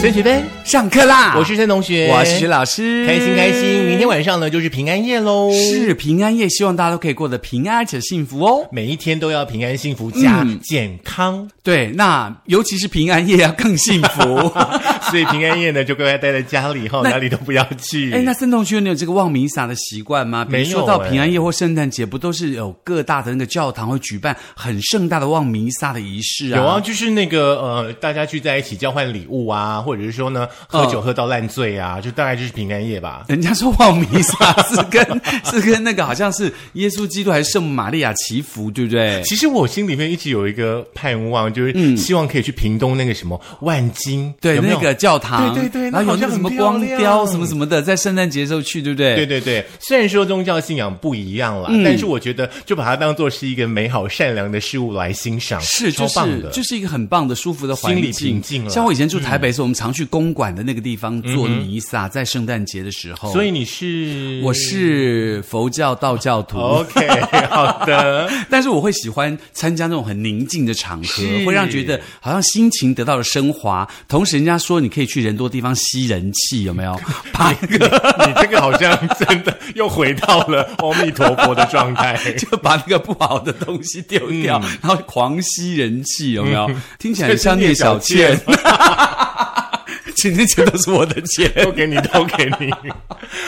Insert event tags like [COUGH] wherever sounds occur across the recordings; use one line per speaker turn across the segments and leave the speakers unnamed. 孙学芬，
上课啦！
我是孙同学，
嗯我是老师，
开心开心。明天晚上呢就是平安夜喽，
是平安夜，希望大家都可以过得平安而且幸福哦。
每一天都要平安幸福加、
嗯
健康，
对，那尤其是平安夜要更幸 [LAUGHS] 福。
所以平安夜呢就乖乖待在家里哈，
[LAUGHS] 那
哪里都不要去。
哎，那森同学，你有这个望弥撒的习惯吗？比
没
如
有
说到
哎
平安夜或圣诞节，不都是有各大的那个教堂会举办很盛大的望弥撒的仪式啊？
有啊，，就是那个呃，大家聚在一起交换礼物啊，或者是说呢，
嗯
喝酒喝到烂醉啊，就大概就是平安夜吧。
人家说望弥撒是跟 [LAUGHS] 是跟那个好像是耶稣基督还是圣母玛利亚祈福，对不对？
其实我心里面一直有一个盼望，就是希望可以去屏东那个什么万金，
嗯对，
有没有
那个教堂，
对对对那
然后
好
有
像
那个什么
很漂
光
亮
雕什么什么的，在圣诞节的时候去，对不对？嗯
对对对，虽然说宗教信仰不一样啦，但是我觉得就把它当做是一个美好善良的事物来欣赏，
是，
超
就是
棒的。
就是一个很棒的、舒服的环境，
心里平静了
像我以前住台北的时候，我们常去公馆的那个地方做弥撒，在圣诞节的时候。
所以你是
我是佛教、道教徒。
哦 OK 好的，
[LAUGHS] 但是我会喜欢参加那种很宁静的场合
是，
会让觉得好像心情得到了升华。同时，人家说你可以去人多地方吸人气，有
[LAUGHS]
没有？把那个
你这个好像真的又回到了阿弥陀佛的状
[LAUGHS]
态。
就把那个不好的东西丢掉，
嗯
然后狂吸人气，有没有？听起来很像聂小
[LAUGHS] 这
倩。 [LAUGHS] 今天钱都是我的
[LAUGHS]
钱。
都给你，都给你。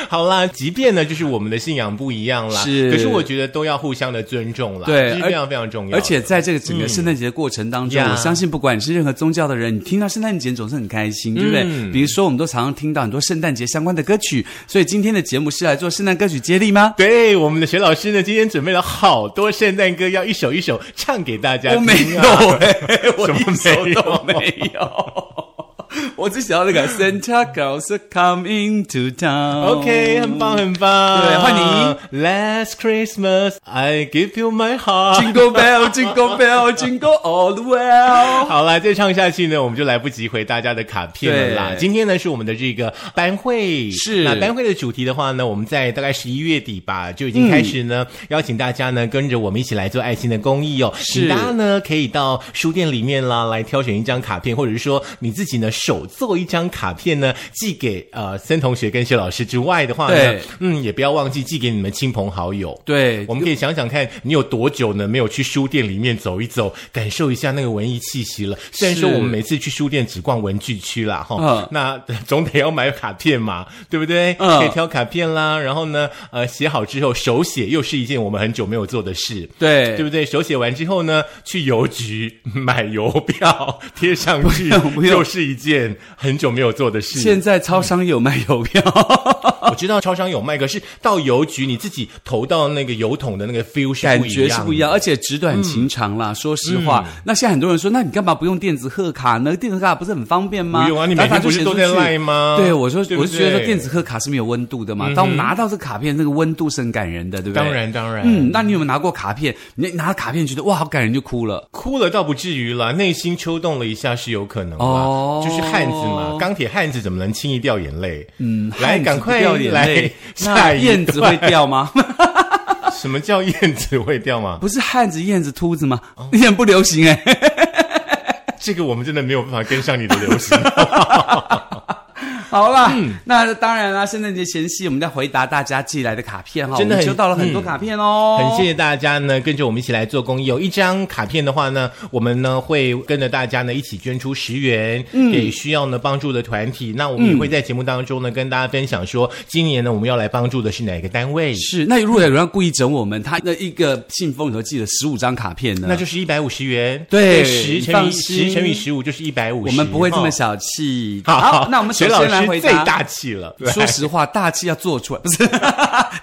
好啦，即便呢，就是我们的信仰不一样啦，
是
可是我觉得都要互相的尊重啦，
对
这是非常非常重要嗯的。
而且在这个整个圣诞节的过程当中，
呀
我相信不管是任何宗教的人，你听到圣诞节总是很开心，
嗯
对不对？比如说，我们都常常听到很多圣诞节相关的歌曲，所以今天的节目是来做圣诞歌曲接力吗？
对，我们的学老师呢，今天准备了好多圣诞歌，要一首一首唱给大家
我没
听
有
啊。
哎、我 [LAUGHS]
什么
一首
没有
都没有。 [LAUGHS] 我只想要那个 Santa Claus are coming to town。
OK，很棒，很棒。
对换你。
Last Christmas, I give you my heart。
Jingle bell, jingle bell, jingle all the way。
好啦，再唱下去呢，我们就来不及回大家的卡片了啦。
对
今天呢是我们的这个班会，
是
那班会的主题的话呢，我们在大概十一月底吧就已经开始呢、邀请大家呢跟着我们一起来做爱心的公益哦。请大家呢可以到书店里面啦来挑选一张卡片，或者是说你自己呢手做一张卡片呢寄给呃森同学跟谢老师之外的话呢
对，
嗯，也不要忘记寄给你们亲朋好友。
对
我，们可以想想看，你有多久呢没有去书店里面走一走，感受一下那个文艺气息了？虽然说
是
我们每次去书店只逛文具区啦，哈、
嗯
那总得要买卡片嘛， [LAUGHS] 对不对？
嗯
可以挑卡片啦，然后呢，呃，写好之后手写又是一件我们很久没有做的事。
对
对不对？手写完之后呢，去邮局买邮票贴上去
[LAUGHS] 不用，不用
就是一件很久没有做的事。
现在哦超商有卖邮票。 [LAUGHS]
我知道超商有卖，可是到邮局你自己投到那个邮筒的那个 feel 是
感
不一
觉是
样啊
不一
的。
样，嗯而且纸短情长啦。说实话，那现在很多人说，那你干嘛不用电子贺卡呢？电子贺卡不是很方便吗？
不用啊你每
打卡
天不是
就写
都
出
在
去
赖吗
对，嗯我说，
对不
我是觉得
对
说电子贺卡是没有温度的嘛。当我们拿到这卡片，那个温度是很感人的，对不对？
当。然，当然，
嗯，那你有没有拿过卡片？你拿卡片觉得哇，好感人，就哭了。
哭了倒不至于啦，内心秋动了一下是有可能啦，
哦
就是汉子嘛，钢铁汉子怎么能轻易掉眼泪？嗯，来，
汉子
赶快
不掉眼
来
泪，，
下
那
一
燕子会
段？
掉吗？
[LAUGHS] 什么叫燕子会掉吗？
不是汉子、 [LAUGHS] 燕子、秃子吗？
哦
有点不流行哎。
嗯这个我们真的没有办法跟上你的流行。
好啦，那当然啦，圣诞节前夕我们在回答大家寄来的卡片哈，
真的
我们
很
收到了很多
嗯
卡片哦，
很谢谢大家呢，跟着我们一起来做公益哦。一张卡片的话呢，我们呢会跟着大家呢一起捐出十元、
嗯
给需要呢帮助的团体。那我们也会在节目当中呢、跟大家分享说，今年呢我们要来帮助的是哪个单位？
是，那如果有人要故意整我们，他那一个信封里头寄了十五张卡片呢？
那就是一百五十元，
对
十
你
乘以
放
十
心
乘以十五就是一百五十。
我们不会这么
哈。
小气。
好，
那我们首
学老
先来
师
回
最
答。
大气了，
说实话，大气要
[LAUGHS]
做出来，不是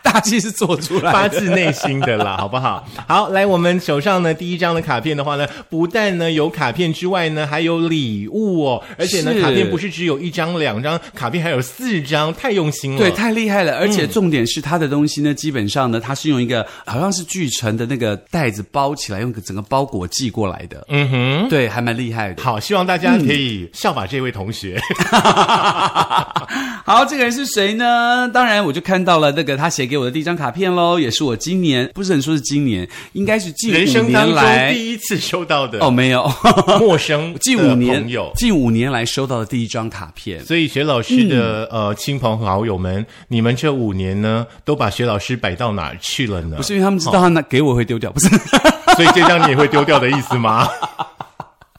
大气是做出
发
来的。
自内心的啦， [LAUGHS] 好不好？好，来，我们手上呢第一张的卡片的话呢，不但呢有卡片之外呢，还有礼物哦，而且呢
是
卡片不是只有一张、两张，卡片还有四张，太用心了。
对，太厉害了！而
嗯
且重点是它的东西呢，基本上呢，它是用一个呃好像是聚成的那个袋子包起来，用整个包裹寄过来的。
嗯
嗯哼，对，还蛮厉害的。
好，希望大家可以效法这位同学。
好，这个人是谁呢？当然，我就看到了那个他写给我的第一张卡片喽，也是我今年不是很说是今年，应该是 [LAUGHS] 近
人
五
生当
年
中
来
第一次收到的
哦，
[LAUGHS]
没有， [LAUGHS]
陌生
近
的
五年
朋友，
近五年来收到的第一张卡片。
所以薛老师的、
嗯
呃亲朋好友们，你们这五年呢，都把薛老师摆到哪儿去了呢
不？是因为他们知
哦
道他拿给我会丢掉，不是。
所以这张你也会丢掉的意思吗？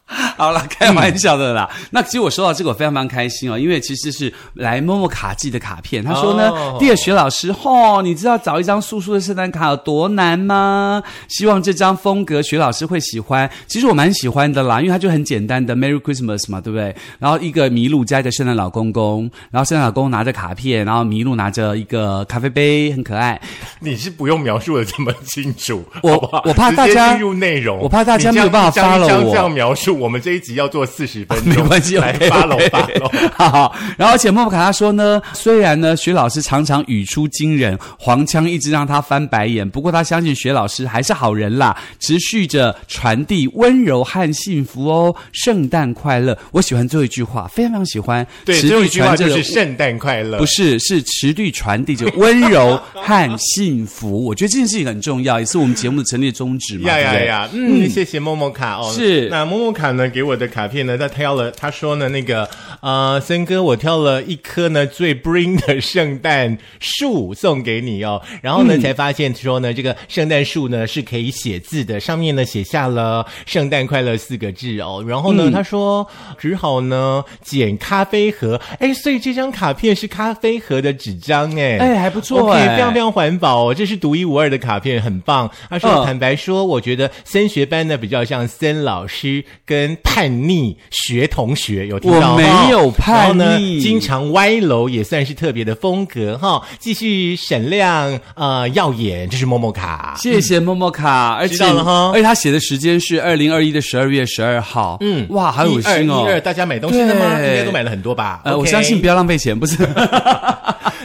[LAUGHS] 好啦，开玩笑的啦。那其实我收到这个，我非常非常开心哦，因为其实是来默默卡寄的卡片。他说呢
哦，
第二学老师，吼、你知道找一张素素的圣诞卡有多难吗？希望这张风格学老师会喜欢。其实我蛮喜欢的啦，因为它就很简单的 Merry Christmas 嘛，对不对？然后一个麋鹿加一个圣诞老公公，然后圣诞老公公拿着卡片，然后麋鹿拿着一个咖啡杯，很可爱。
你是不用描述的这么清楚，
我
好不好
我怕
直接
大家
进入内容，
我怕大家
你这样
没有办法
一张一
follow
张
我
这样描述，我们这一集要做四十分钟，
[LAUGHS] 没关系
来
，OK，
发 o 发
OK
喽。
好 [LAUGHS] 好，然后而且莫卡他说呢，虽然呢学老师常常语出惊人，黄腔一直让他翻白眼，不过他相信学老师还是好人啦，持续着传递温柔和幸福哦。圣诞快乐！我喜欢最后一句话，非常非常喜欢。
对，
持
最后
续
一句话
传递
就
着
是圣诞快乐，
不是，是持续传递着温柔和幸福。 [LAUGHS] 我觉得这件事情很重要，也是我们节目的成立宗旨嘛。
呀
对不
呀
对！
呀！嗯，谢谢默默卡哦。
是
那默默卡呢给我的卡片呢，他挑了，他说呢那个呃，森哥，我挑了一棵呢最 bring 的圣诞树送给你哦。然后
嗯
呢，才发现说呢，这个圣诞树呢是可以写字的，上面呢写下了“圣诞快乐”四个字哦。然后
嗯
呢，他说只好呢捡咖啡盒，哎，所以这张卡片是咖啡盒的纸张哎，
哎还不错
OK，
哎
非常非常环保哦，这是独一无二的卡片，很棒。他说
嗯
坦白说，我觉得森学班呢比较像森老师跟叛逆学同学，有听到哈
我没有叛逆
然后呢，经常歪楼也算是特别的风格哈、继续闪亮呃耀眼，这是默默卡。
谢谢默默卡，而且
知道了哈
而且他写的时间是二零二一的十二月十二号。嗯，哇，好有心哦
一二一。二，大家买东西了吗？
对
应该都买了很多吧？
呃，我
OK
相信不要浪费钱，不是？
[LAUGHS]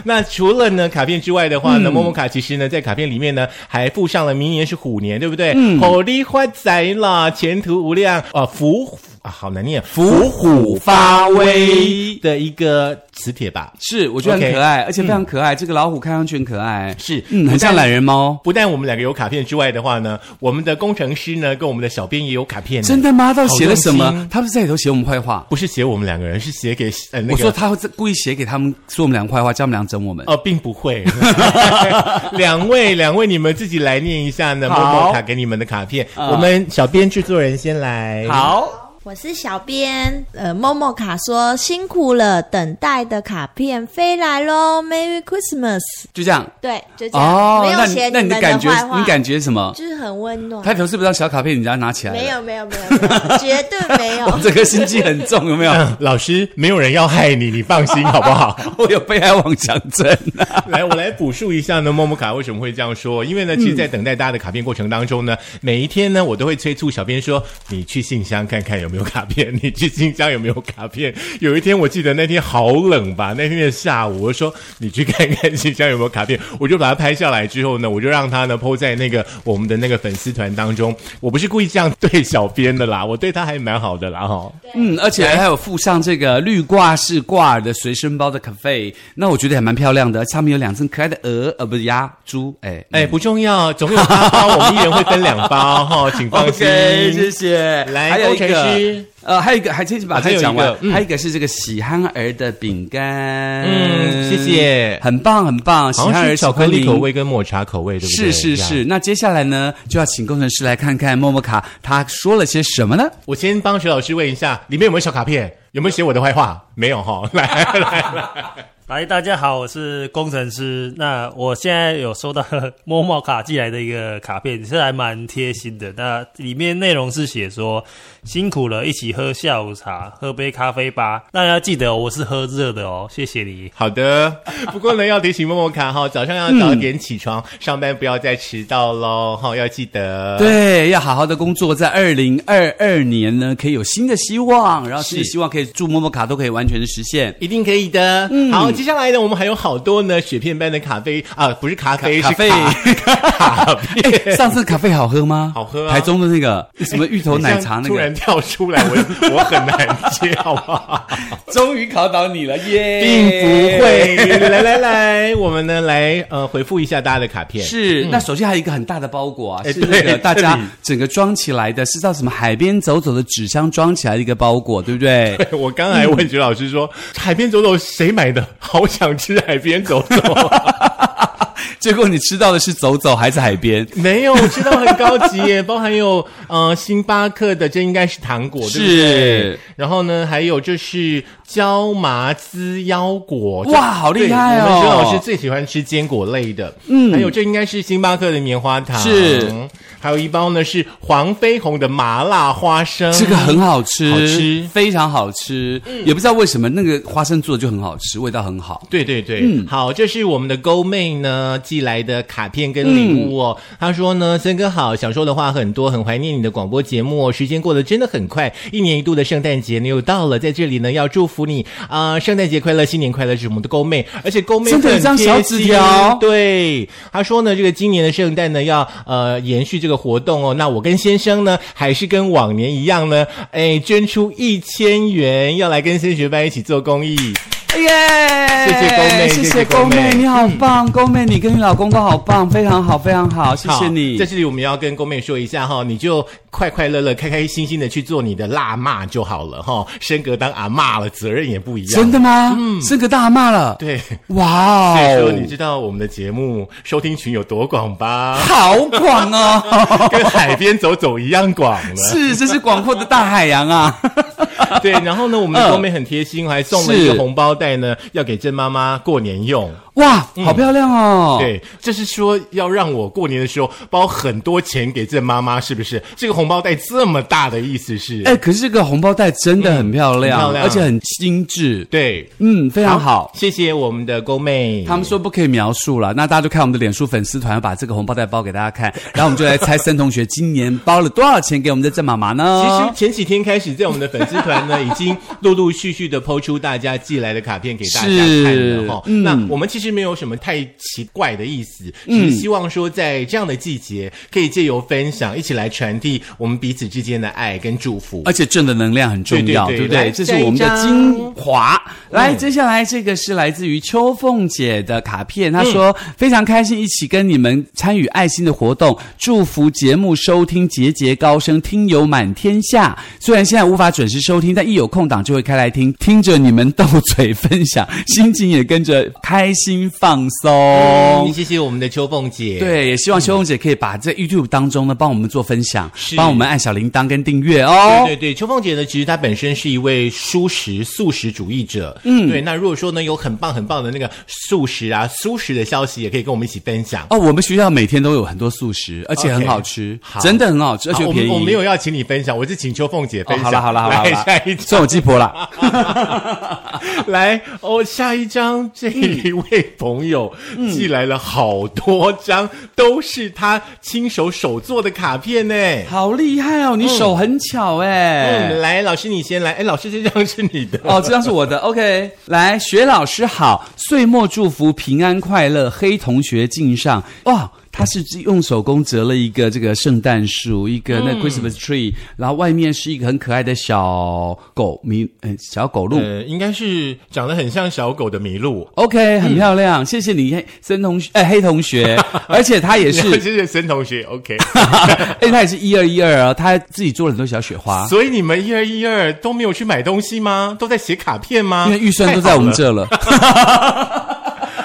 那除了呢卡片之外的话
嗯
呢，摸摸卡其实呢在卡片里面呢还附上了明年是虎年，对不对？
嗯
火力发财啦，前途无量啊，福。啊，好难念，
伏虎发威
的一个磁铁吧，
是，我觉得
OK
很可爱，而且非常可爱。这个老虎看上去很可爱，
是
嗯，很像懒人猫。
不但我们两个有卡片之外的话呢，我们的工程师呢跟我们的小编也有卡片呢，
真的吗？到底写了什
好用
么
心？
他不是在里头写我们坏话？
不是写我们两个人，是写给呃那
我说
个。
他会故意写给他们，说我们俩坏话，叫我们俩整我们。
哦，并不
[LAUGHS]
会。两位，两位，你们自己来念一下呢。摸
好
摸卡给你们的卡片，
啊
我们小编制作人先来。
好，
我是小编，呃，默默卡说辛苦了，等待的卡片飞来喽，Merry Christmas。
就这样。
对，就这样，
哦
没，
那
有
你
写
那你
们
的感觉
坏，话，
你感觉什么？
就是很温暖
他。头是不是让小卡片你家拿起来？哦
没，有没有没有，没有绝对
[LAUGHS]
没有。
这个心机很重，有没有？
啊老师，没有人要害你，你放心好不好？
[LAUGHS] 我有被害妄想症。
[LAUGHS] 来，我来补述一下呢，默默卡为什么会这样说？因为呢，其实，在等待大家的卡片过程当中呢，每一天呢，我都会催促小编说：“你去信箱看看有没有卡片，你去信箱有没有卡片。”有一天，我记得那天好冷吧，那天的下午，我说：“你去看看信箱有没有卡片。”我就把它拍下来之后呢，我就让它呢 PO 在那个我们的那个粉丝团当中。我不是故意这样对小编的啦，我对他还蛮好的啦哈、
嗯，而且还有附上这个绿挂式挂耳的随身包的 cafe，那我觉得也蛮漂亮的，而且上面有两只可爱的鹅，呃，不是鸭、猪，哎
哎，不重要，总有八包，我们一人会分两包哈、
[LAUGHS]
请放心。
OK，谢谢。
来
还有
工
一
程
个
师，
呃，还有一个，还先把这个讲
还
完
有一个。嗯
还有一个是这个喜憨儿的饼干，
嗯谢谢
很棒很棒。喜
好
憨
像
儿
是巧克
喜
力
欢
口
零
味跟抹茶口味，对不对？
是是
这样。
是，那接下来呢，就要请工程师来看看默默卡他说了些什么呢？
我先帮徐老师问一下，里面有没有小卡片？有没有写我的坏话？ [LAUGHS] 没有哈、来来 [LAUGHS] 来，
来，大家好，我是工程师。那我现在有收到 [LAUGHS] 摸摸卡寄来的一个卡片，是还蛮贴心的。那里面内容是写说辛苦了，一起喝下午茶，喝杯咖啡吧。那要记得、哦、我是喝热的哦，谢谢你。
好
[LAUGHS]
的。不过呢，要提醒默默卡哈，早上要早点起床，上班不要再迟到喽哈、要记得。。
对，要好好的工作，在二零二二年呢，可以有新的希望，然后新的
是
希望可以祝摸摸卡都可以完全的实现。嗯
一定可以的。好，接下来呢，我们还有好多呢雪片般的咖啡啊、不是咖啡，
咖哎
是 [LAUGHS] 咖咖
[LAUGHS]
啡。
上次咖啡好喝吗？
好喝啊
台中的
[LAUGHS]
那个什么芋头奶茶那
突
个
然，跳出来，我我很难接，好不
[LAUGHS]
好？
终于考倒你了耶！
并不会。来来来，我们呢来呃回复一下大家的卡片。
是，那首先还有一个很大的包裹啊，
嗯哎
是那
对
个大家
这里
整个装起来的，是到什么海边走走的纸箱装起来的一个包裹，对不对？
对 [LAUGHS] 我刚才问徐老师说，海边走走谁买的？好想吃海边走走。
结果你吃到的是走走还是海边？
没有，我知道很高级
[LAUGHS]
耶，包含有呃星巴克的，这应该是糖果，对不对
是？
然后呢，还有就是椒麻滋腰果，这
哇好厉
对
害哦
我们徐老师最喜欢吃坚果类的，嗯，还有这应该是星巴克的棉花糖，
是，
还有一包呢是黄飞鸿的麻辣花生，
这个很嗯好吃，嗯
好吃
非常好吃。也不知道为什么那个花生做的就很好吃，味道很好。
对对对，好，这是我们的勾妹呢寄来的卡片跟礼物哦。她说呢，森哥好，想说的话很多，很怀念你的广播节目、哦，时间过得真的很快，一年一度的圣诞节呢又到了，在这里呢要祝福你啊、圣诞节快乐，新年快乐，是我们的勾妹，而且勾妹
真的有
很
一张
贴
小纸
心
条
对，她说呢，这个今年的圣诞呢要呃延续这个活动哦，那我跟先生呢还是跟往年一样呢，哎，捐出一千元要来跟森学班一起做公益。
耶！
谢谢宫妹
哎谢
谢
谢
谢
宫
宫妹
妹，你好棒，宫妹，你跟你老公都好棒，非常好，非常好，谢
好
谢你
在。这里我们要跟公妹说一下哈，你就快快乐乐、开开心心的去做你的辣妈就好了哈。升格当阿妈了，责任也不一样。
真的吗？是个大骂了，
对，
哇
所以说你
哦，
知道我们的节目收听群有多广吧？ [LAUGHS]
好广哦， [LAUGHS]
跟海边走走一样广了。
是，这是广阔的大海洋啊。 [LAUGHS]
对，然后呢，我们的公妹很贴心，还送了一
是
个红包袋呢，
嗯
要给郑妈妈过年用。
哇，好漂亮哦！，
对，这是说要让我过年的时候包很多钱给郑妈妈，是不是？这个红包袋这么大的意思是？
哎，可是这个红包袋真的很漂
嗯
亮，
很漂亮
而且很精致，
对，
嗯，非常好。
谢谢我们的公妹。
他们说不可以描述了，那大家就看我们的脸书粉丝团，把这个红包袋包给大家看，然后我们就来猜森同学今年包了多少钱给我们的郑妈妈
其
呢
实？前几天开始，在我们的粉丝团呢，已经陆陆续续的抛出大家寄来的卡片给大家看了哈。
是嗯
那我们其实没有什么太奇怪的意思，只是希望说在这样的季节，可以借由分享，一起来传递我们彼此之间的爱跟祝福。
而且正的能量很重要，
对对对
不对？
来
这是我们的
下一张嗯
精华。来，接下来这个是来自于秋凤姐的卡片，她说、
嗯
非常开心一起跟你们参与爱心的活动，祝福节目收听节节高升，听友满天下。虽然现在无法准时收听，但一有空档就会开来听，听着你们斗嘴分享，心情也跟着开心放松。
嗯谢谢我们的秋凤姐。。
对，也希望秋凤姐可以把这 YouTube 当中呢，帮我们做分享，
是
帮我们按小铃铛跟订阅哦。
对对对，秋凤姐呢，其实她本身是一位蔬食素食主义者。嗯，对。那如果说呢，有很棒很棒的那个素食啊、素食的消息，也可以跟我们一起分享。
哦，我们学校每天都有很多素食，而且很好吃
OK，好
真的很好吃，而且
好我
便
们
宜。
我没有要请你分享，我是请秋凤姐分
哦，
享。
好了好了好了好
来
了，
下一张，
算我鸡
[LAUGHS]
婆了。 [LAUGHS]
来哦，下一张这一位朋友
嗯
寄来了好多张，都是他亲手手做的卡片呢。
好厉害哦，你手很巧哎。
嗯，来，老师你先来。哎，老师这张是你的。
哦，这张是我的，OK。来，雪老师好，岁末祝福平安快乐，黑同学敬上。哇，他是用手工折了一个这个圣诞树，一
嗯
个那 Christmas tree，、然后外面是一个很可爱的小狗迷，嗯，小狗鹿。
呃，应该是长得很像小狗的麋鹿。
OK，很漂亮，谢谢你，黑森同学，哎，黑同 [LAUGHS] 学，而且他也是
[LAUGHS]
啊
谢谢森同学，OK。
而且他也是一二一二啊，他自己做了很多小雪花，
所以你们一二一二都没有去买东西吗？都在写卡片吗？
因为预算都在我们这了。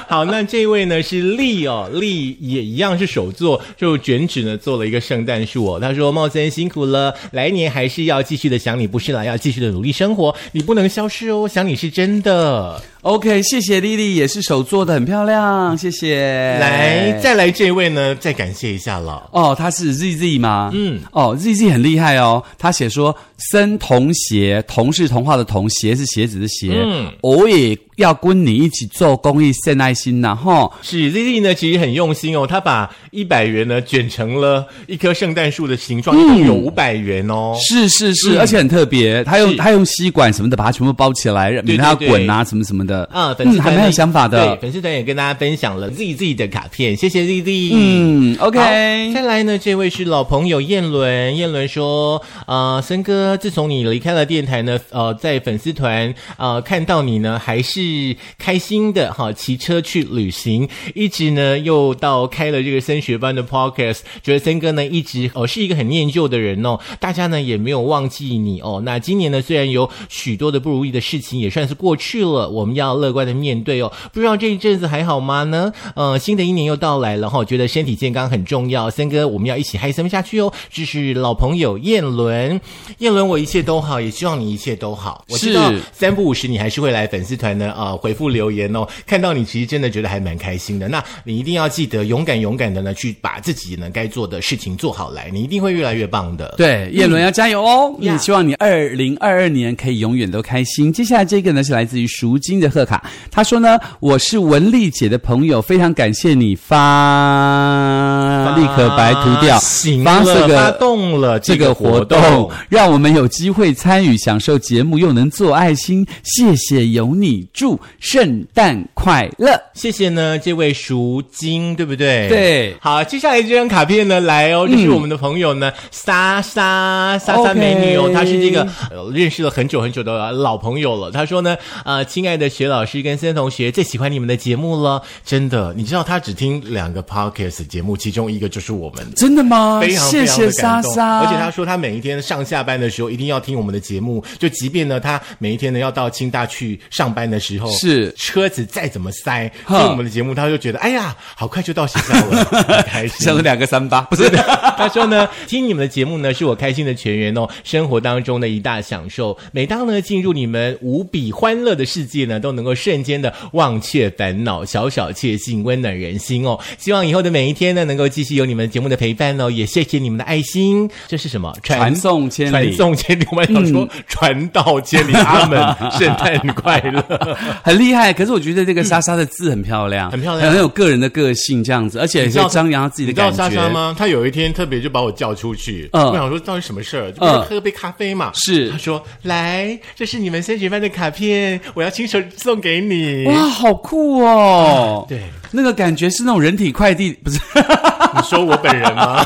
好，那这位呢是丽哦，丽也一样是手作，就卷纸呢做了一个圣诞树哦。他说：“茂森辛苦了，来年还是要继续的想你，不是啦，要继续的努力生活，你不能消失哦，想你是真的。
OK，谢谢丽丽，也是手做的，很漂亮，谢谢。
来，再来这位呢，再感谢一下了。
哦，他是 ZZ 吗？嗯，哦，ZZ 很厉害哦。他写说“森同鞋”，同是童话的童，鞋是鞋子的鞋。嗯，我也要跟你一起做公益献爱心呐、吼。
是 Z Z 呢，其实很用心哦，他把一百元呢卷成了一棵圣诞树的形
嗯
状，一共有五百元哦。
是是是，
嗯
而且很特别，他用
是
他用吸管什么的把它全部包起来，免它
对对对
滚啊，什么什么的。的，
啊，粉丝
嗯，还
团
蛮有
呢
想法的
对，。粉丝团也跟大家分享了 Z Z 的卡片，谢谢 Z Z。
嗯
好再
，OK，
来呢，这位是老朋友燕伦。燕伦说：“呃，森哥，自从你离开了电台呢，呃，在粉丝团呃看到你呢，还是开心的哈，骑车去旅行，一直呢又到开了这个升学班的 podcast，觉得森哥呢一直哦是一个很念旧的人哦，大家呢也没有忘记你哦。那今年呢，虽然有许多的不如意的事情，也算是过去了，我们要乐观的面对哦。不知道这一阵子还好吗呢？呃，新的一年又到来了哈、觉得身体健康很重要。森哥，我们要一起嗨森下去哦。这是老朋友燕伦，燕伦，我一切都好，也希望你一切都好。我知道
是
三不五时你还是会来粉丝团呢，呃，回复留言哦。看到你其实真的觉得还蛮开心的。那你一定要记得勇敢勇敢的呢，去把自己呢该做的事情做好来，你一定会越来越棒的。
对，叶伦要加油哦！
呀
嗯，希望你二零二二年可以永远都开心。接下来这个呢是来自于赎金的贺卡，他说呢，我是文丽姐的朋友，非常感谢你发
啊
立可白涂掉，
行
发
了，
这
发
个。
动了
这个活动，让我们有机会参与、享受节目，又能做爱心。谢谢有你，祝圣诞快乐！
谢谢呢，这位赎金，对不对？
对嗯
好，接下来这张卡片呢，来哦，这是我们的朋友呢，莎莎莎莎
OK
美女哦，她是这个、呃认识了很久很久的老朋友了。她说呢，呃，亲爱的学老师跟森同学，最喜欢你们的节目了，真的，你知道她只听两个 podcast 节目，其中一个就是我们的。
真的吗？
非常
谢
非常
谢
的
莎
感动，
莎，
而且她说她每一天上下班的时候一定要听我们的节目，就即便呢她每一天呢要到清大去上班的时候，
是
车子再怎么塞，听
哼
我们的节目，她就觉得哎呀，好快就到学校
[LAUGHS]
了，很开心
想。了两个三八，不是
[LAUGHS] 他说呢，听你们的节目呢，是我开心的全员哦，生活当中的一大享受。每当呢进入你们无比欢乐的世界呢，都能够瞬间的忘却烦恼，小小确幸，温暖人心哦。希望以后的每一天呢，能够继续有你们节目的陪伴哦，也谢谢你们的爱心。这是什么？传
传送千里
传送千里，我们想说传道
[LAUGHS]
千里，阿门，圣诞快乐。
很厉害，可是我觉得这个莎莎的字很漂亮，
很漂亮
很有个人的个性这样子，而且也
你知道
会张扬她自己的
你知道
感
莎莎
觉。
吗？她有一天特别就把我叫出去，
嗯
我想说到底什么事儿，就不
嗯
是喝杯咖啡嘛。
是
她说来，这是你们升学班的卡片，我要亲手送给你。
哇，好酷哦！
对，
那个感觉是那种人体快递，不是？
你说哦我本人吗？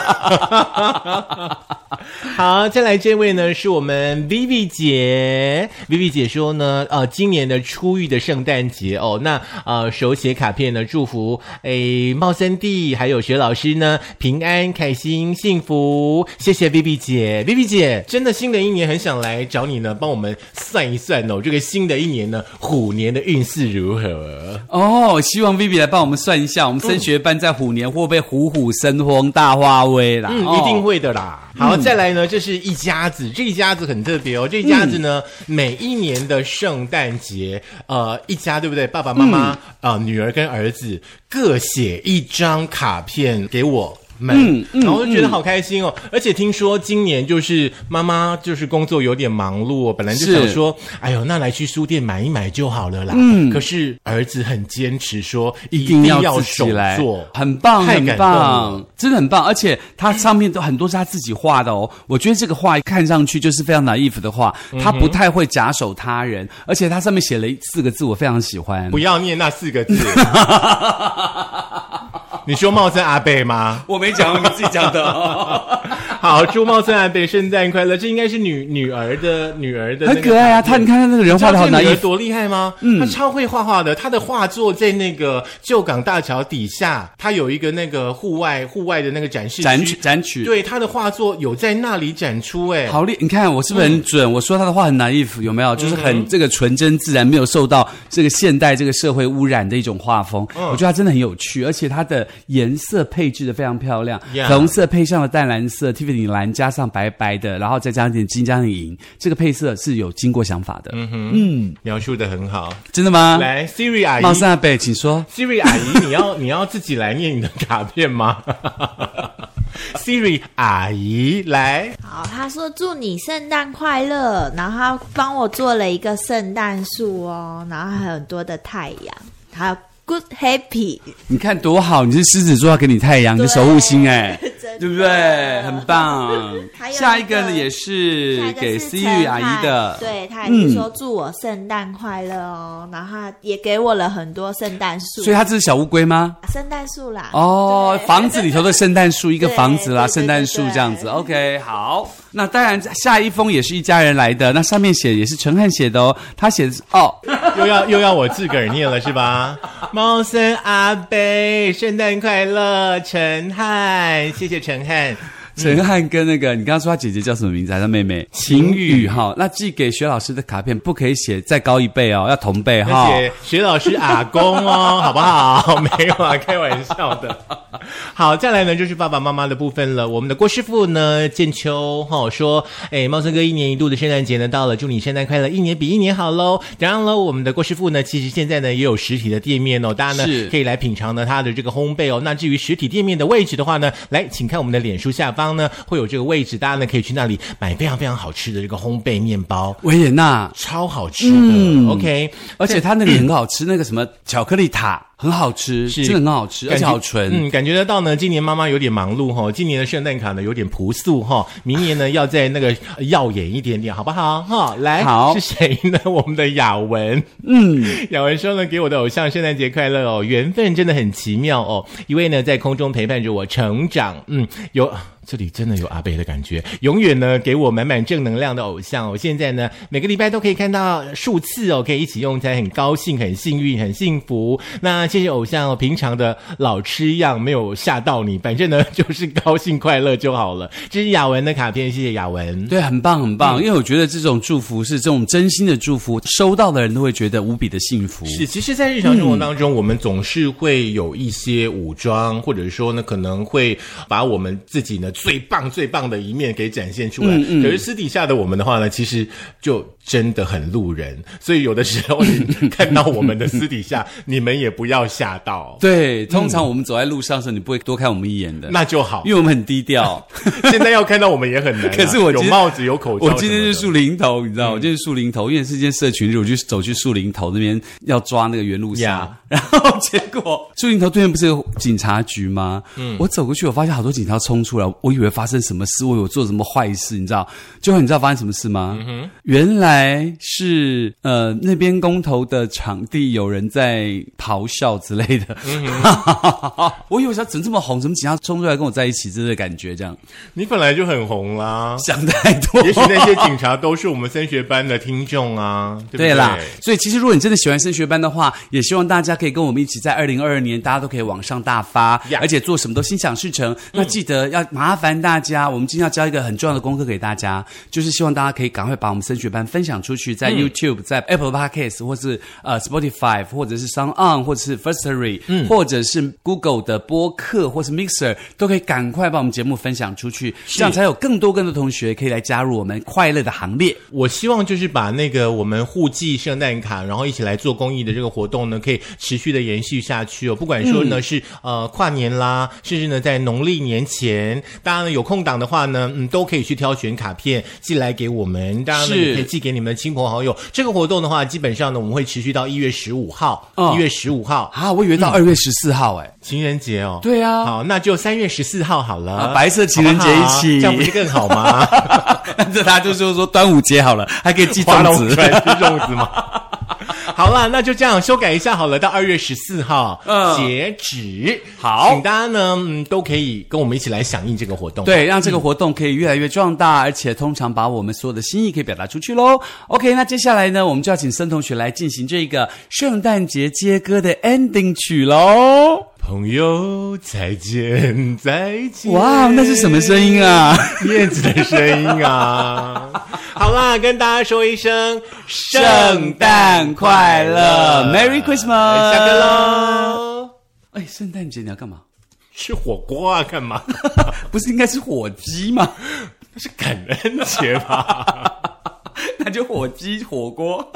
好，再来这位呢，是我们 Vivi 姐。Vivi 姐说呢，呃，今年的初遇的圣诞节哦，那呃，手写卡片呢，祝福诶茂森弟还有学老师呢平安、开心、幸福。谢谢 Vivi 姐，Vivi 姐真的新的一年很想来找你呢，帮我们算一算哦，这个新的一年呢，虎年的运势如何？
哦，希望 Vivi 来帮我们算一下，我们升学班在虎年会不会虎虎生风、大化威啦？
嗯，
哦嗯
一定。会的啦。好，再来呢，这是一家子，这一家子很特别哦。这一家子呢，
嗯
每一年的圣诞节，呃，一家对不对？爸爸妈妈啊、
嗯
呃女儿跟儿子各写一张卡片给我。们，
嗯
然后就觉得好开心哦！而且听说今年就是妈妈就是工作有点忙碌、哦，本来就想
是
说，哎呦，那来去书店买一买就好了啦。嗯，可是儿子很坚持说一
一定要
要
自
手
己来
做，，
很棒，
太
很
感动了
棒，真的很棒。而且它上面都很多是他自己画的哦。我觉得这个画看上去就是非常 naive 的画，
嗯
他不太会假手他人，而且它上面写了四个字，我非常喜欢
不。要念那四
[LAUGHS]
个字。你说茂森阿贝吗？
我没讲，你自己讲的、
[LAUGHS]
[LAUGHS]
好，祝茂森阿贝圣诞快乐！这应该是女女儿的女儿的那
很
个
可爱啊！他你看他那个人
你知道
画的好
这个
难
女儿
以，
多厉害吗？嗯，她超会画画的。她的画作在那个旧港大桥底下，她有一个那个户外户外的那个展示区
展取展取
对，她的画作有在那里展出、哎，
好厉！你看我是不是很准？我说他的话很 naive，有没有？就是
嗯
很这个纯真自然，没有受到这个现代这个社会污染的一种画风。
嗯
我觉得他真的很有趣，而且它的颜色配置的非常漂亮，
Yeah
粉红色配上了淡蓝色，Tiffany 蓝加上白白的，然后再加上一点金加上银，这个配色是有经过想法的。
嗯
描述的很好。
真的吗？
来，Siri 阿姨
茂森阿贝，请说。
，Siri 阿姨，你要你要自己来念你的卡片吗 [LAUGHS] ？Siri 阿姨来。
好，他说祝你圣诞快乐，然后他帮我做了一个圣诞树哦，然后还有很多的太阳，还有 Good Happy，
你看多好！你是狮子座，要给你太阳，你守护星哎、
[LAUGHS] 真真的
对不对？很。棒
还。有
下一
一
个
个
呢也是
下一
给
个是
思
陈
雨阿姨
汉
的，
对，他也
嗯
是说祝我圣诞快乐哦，然后他也给我了很多圣诞树，
所以它这是小乌龟吗？
圣诞树啦，
哦，
啊对
房子里头的圣诞树，一个
对
房子啦，
[LAUGHS] 对对
圣诞树
对对
这样子。OK，好，那当然下一封也是一家人来的，那上面写也是陈汉写的哦，他写的是
[LAUGHS]
哦，
又要又要我自个儿念了是吧？猫森阿贝，圣诞快乐，陈汉，谢谢陈汉。
陈汉跟那个你刚刚说他姐姐叫什么名字？还是他妹妹？
晴
[LAUGHS]
雨
哈，那寄给薛老师的卡片不可以写再高一倍哦，要同辈
而。
哈
且学老师阿公哦， [LAUGHS] 好不好？没有啊，开玩笑的。 [LAUGHS] 好，再来呢就是爸爸妈妈的部分了。我们的郭师傅呢，建秋哈、说，哎，茂森哥一年一度的圣诞节呢到了，祝你圣诞快乐，一年比一年好喽。然后呢，我们的郭师傅呢，其实现在呢也有实体的店面哦，大家
是
呢可以来品尝呢他的这个烘焙哦。那至于实体店面的位置的话呢，来请看我们的脸书下方呢会有这个位置，大家呢可以去那里买非常非常好吃的这个烘焙面包。
维也纳，
超好吃的、o
嗯
k
而且他那个也很好吃，那个什么巧克力塔很好吃，
是
真的很好吃，而且好纯。
嗯，感觉得到呢，今年妈妈有点忙碌哈、今年的圣诞卡呢有点朴素哈、明年呢要再那个呃耀眼一点点，好不好？哈、来，
好
是谁呢？ [LAUGHS] 我们的雅文，嗯， [LAUGHS] 雅文说呢，给我的偶像圣诞节快乐哦，缘分真的很奇妙哦，一位呢在空中陪伴着我成长，嗯，有。这里真的有阿贝的感觉，永远呢给我满满正能量的偶像哦。现在呢每个礼拜都可以看到数次哦，可以一起用餐，很高兴，很幸运，很幸福。那谢谢偶像哦，平常的老吃样没有吓到你，反正呢就是高兴快乐就好了。这是雅文的卡片，谢谢雅文。
对，很棒，很棒。因为我觉得这种祝福是这种真心的祝福，收到的人都会觉得无比的幸福。
是，其实，在日常生活
嗯
当中，我们总是会有一些武装，或者说呢，可能会把我们自己呢最棒、最棒的一面给展现出来。
嗯
可是私底下的我们的话呢，其实就真的很路人，所以有的时候你 [LAUGHS] 看到我们的私底下，你们也不要吓到，
对，通常我们走在路上的时候，你不会多看我们一眼的，
嗯那就好
因。为我们很低
[LAUGHS]
调。
现在要看到我们也很难啊、
[LAUGHS] 可是我今
有
天
帽子，有口罩什么
我
的，嗯
今天是树林头，你知道，我今天是树林头，因为是间社群日，我就走去树林头那边要抓那个原路虾
Yeah
[LAUGHS] 然后结果树林头对面不是有警察局吗？
嗯
我走过去，我发现好多警察冲出来，我以为发生什么事，我以为我做什么坏事，你知道？结果你知道发生什么事吗？
嗯
原来是呃那边公投的场地有人在咆哮之类的，
嗯
[LAUGHS] 我以为他怎么这么红，怎么警察冲出来跟我在一起，这个感觉这样，
你本来就很红啦。
想太多。
也许那些警察都是我们升学班的听众啊，对不
对啦，所以其实如果你真的喜欢升学班的话，也希望大家可以跟我们一起在二零二二年，大家都可以往上大发
Yeah
而且做什么都心想事成。那记得要麻烦大家，我们今天要交一个很重要的功课给大家，就是希望大家可以赶快把我们升学班分享出去，在 YouTube、在 Apple Podcast 或是呃 Spotify 或者是 Sound On 或者是 Firstory，、或者是 Google 的播客或是 Mixer，都可以赶快把我们节目分享出去，这样才有更多更多同学可以来加入我们快乐的行列。
我希望就是把那个我们互寄圣诞卡，然后一起来做公益的这个活动呢，可以持续的延续下去哦。不管说呢、
嗯
是呃跨年啦，甚至呢在农历年前，大家呢有空档的话呢，嗯，都可以去挑选卡片寄来给我们，大家呢
是
也可以寄给你们的亲朋好友。这个活动的话，基本上呢我们会持续到一月十五号，一、
哦
月十五号
啊，我以为到二月十四号哎、
情人节哦。
对啊
好，那就三月十四号好了、
啊白色情人节一起
好不好这样不是更好吗？
[LAUGHS] 这大家就说说端午节好了，还可以寄
划
粽
龙
子。
船吃粽子吗？ [LAUGHS] 好啦，那就这样修改一下好了，到二月十四号、
嗯
截止。
好
请大家呢、嗯、都可以跟我们一起来响应这个活动。，
[LAUGHS] 对，让这个活动可以越来越壮大，而且通常把我们所有的心意可以表达出去喽。OK，那接下来呢，我们就要请森同学来进行这个圣诞节接歌的 ending 曲喽。
朋友再见，再见。
哇，那是什么声音？啊？
燕子的声音
[LAUGHS]
啊！好啦，跟大家说一声
圣诞快乐，Merry Christmas！
哎下课！喽！
哎，圣诞节你要干嘛？
吃火锅啊？干嘛？
不是应该是火鸡吗？ [LAUGHS]
那是感恩节吧？
那就火鸡火锅。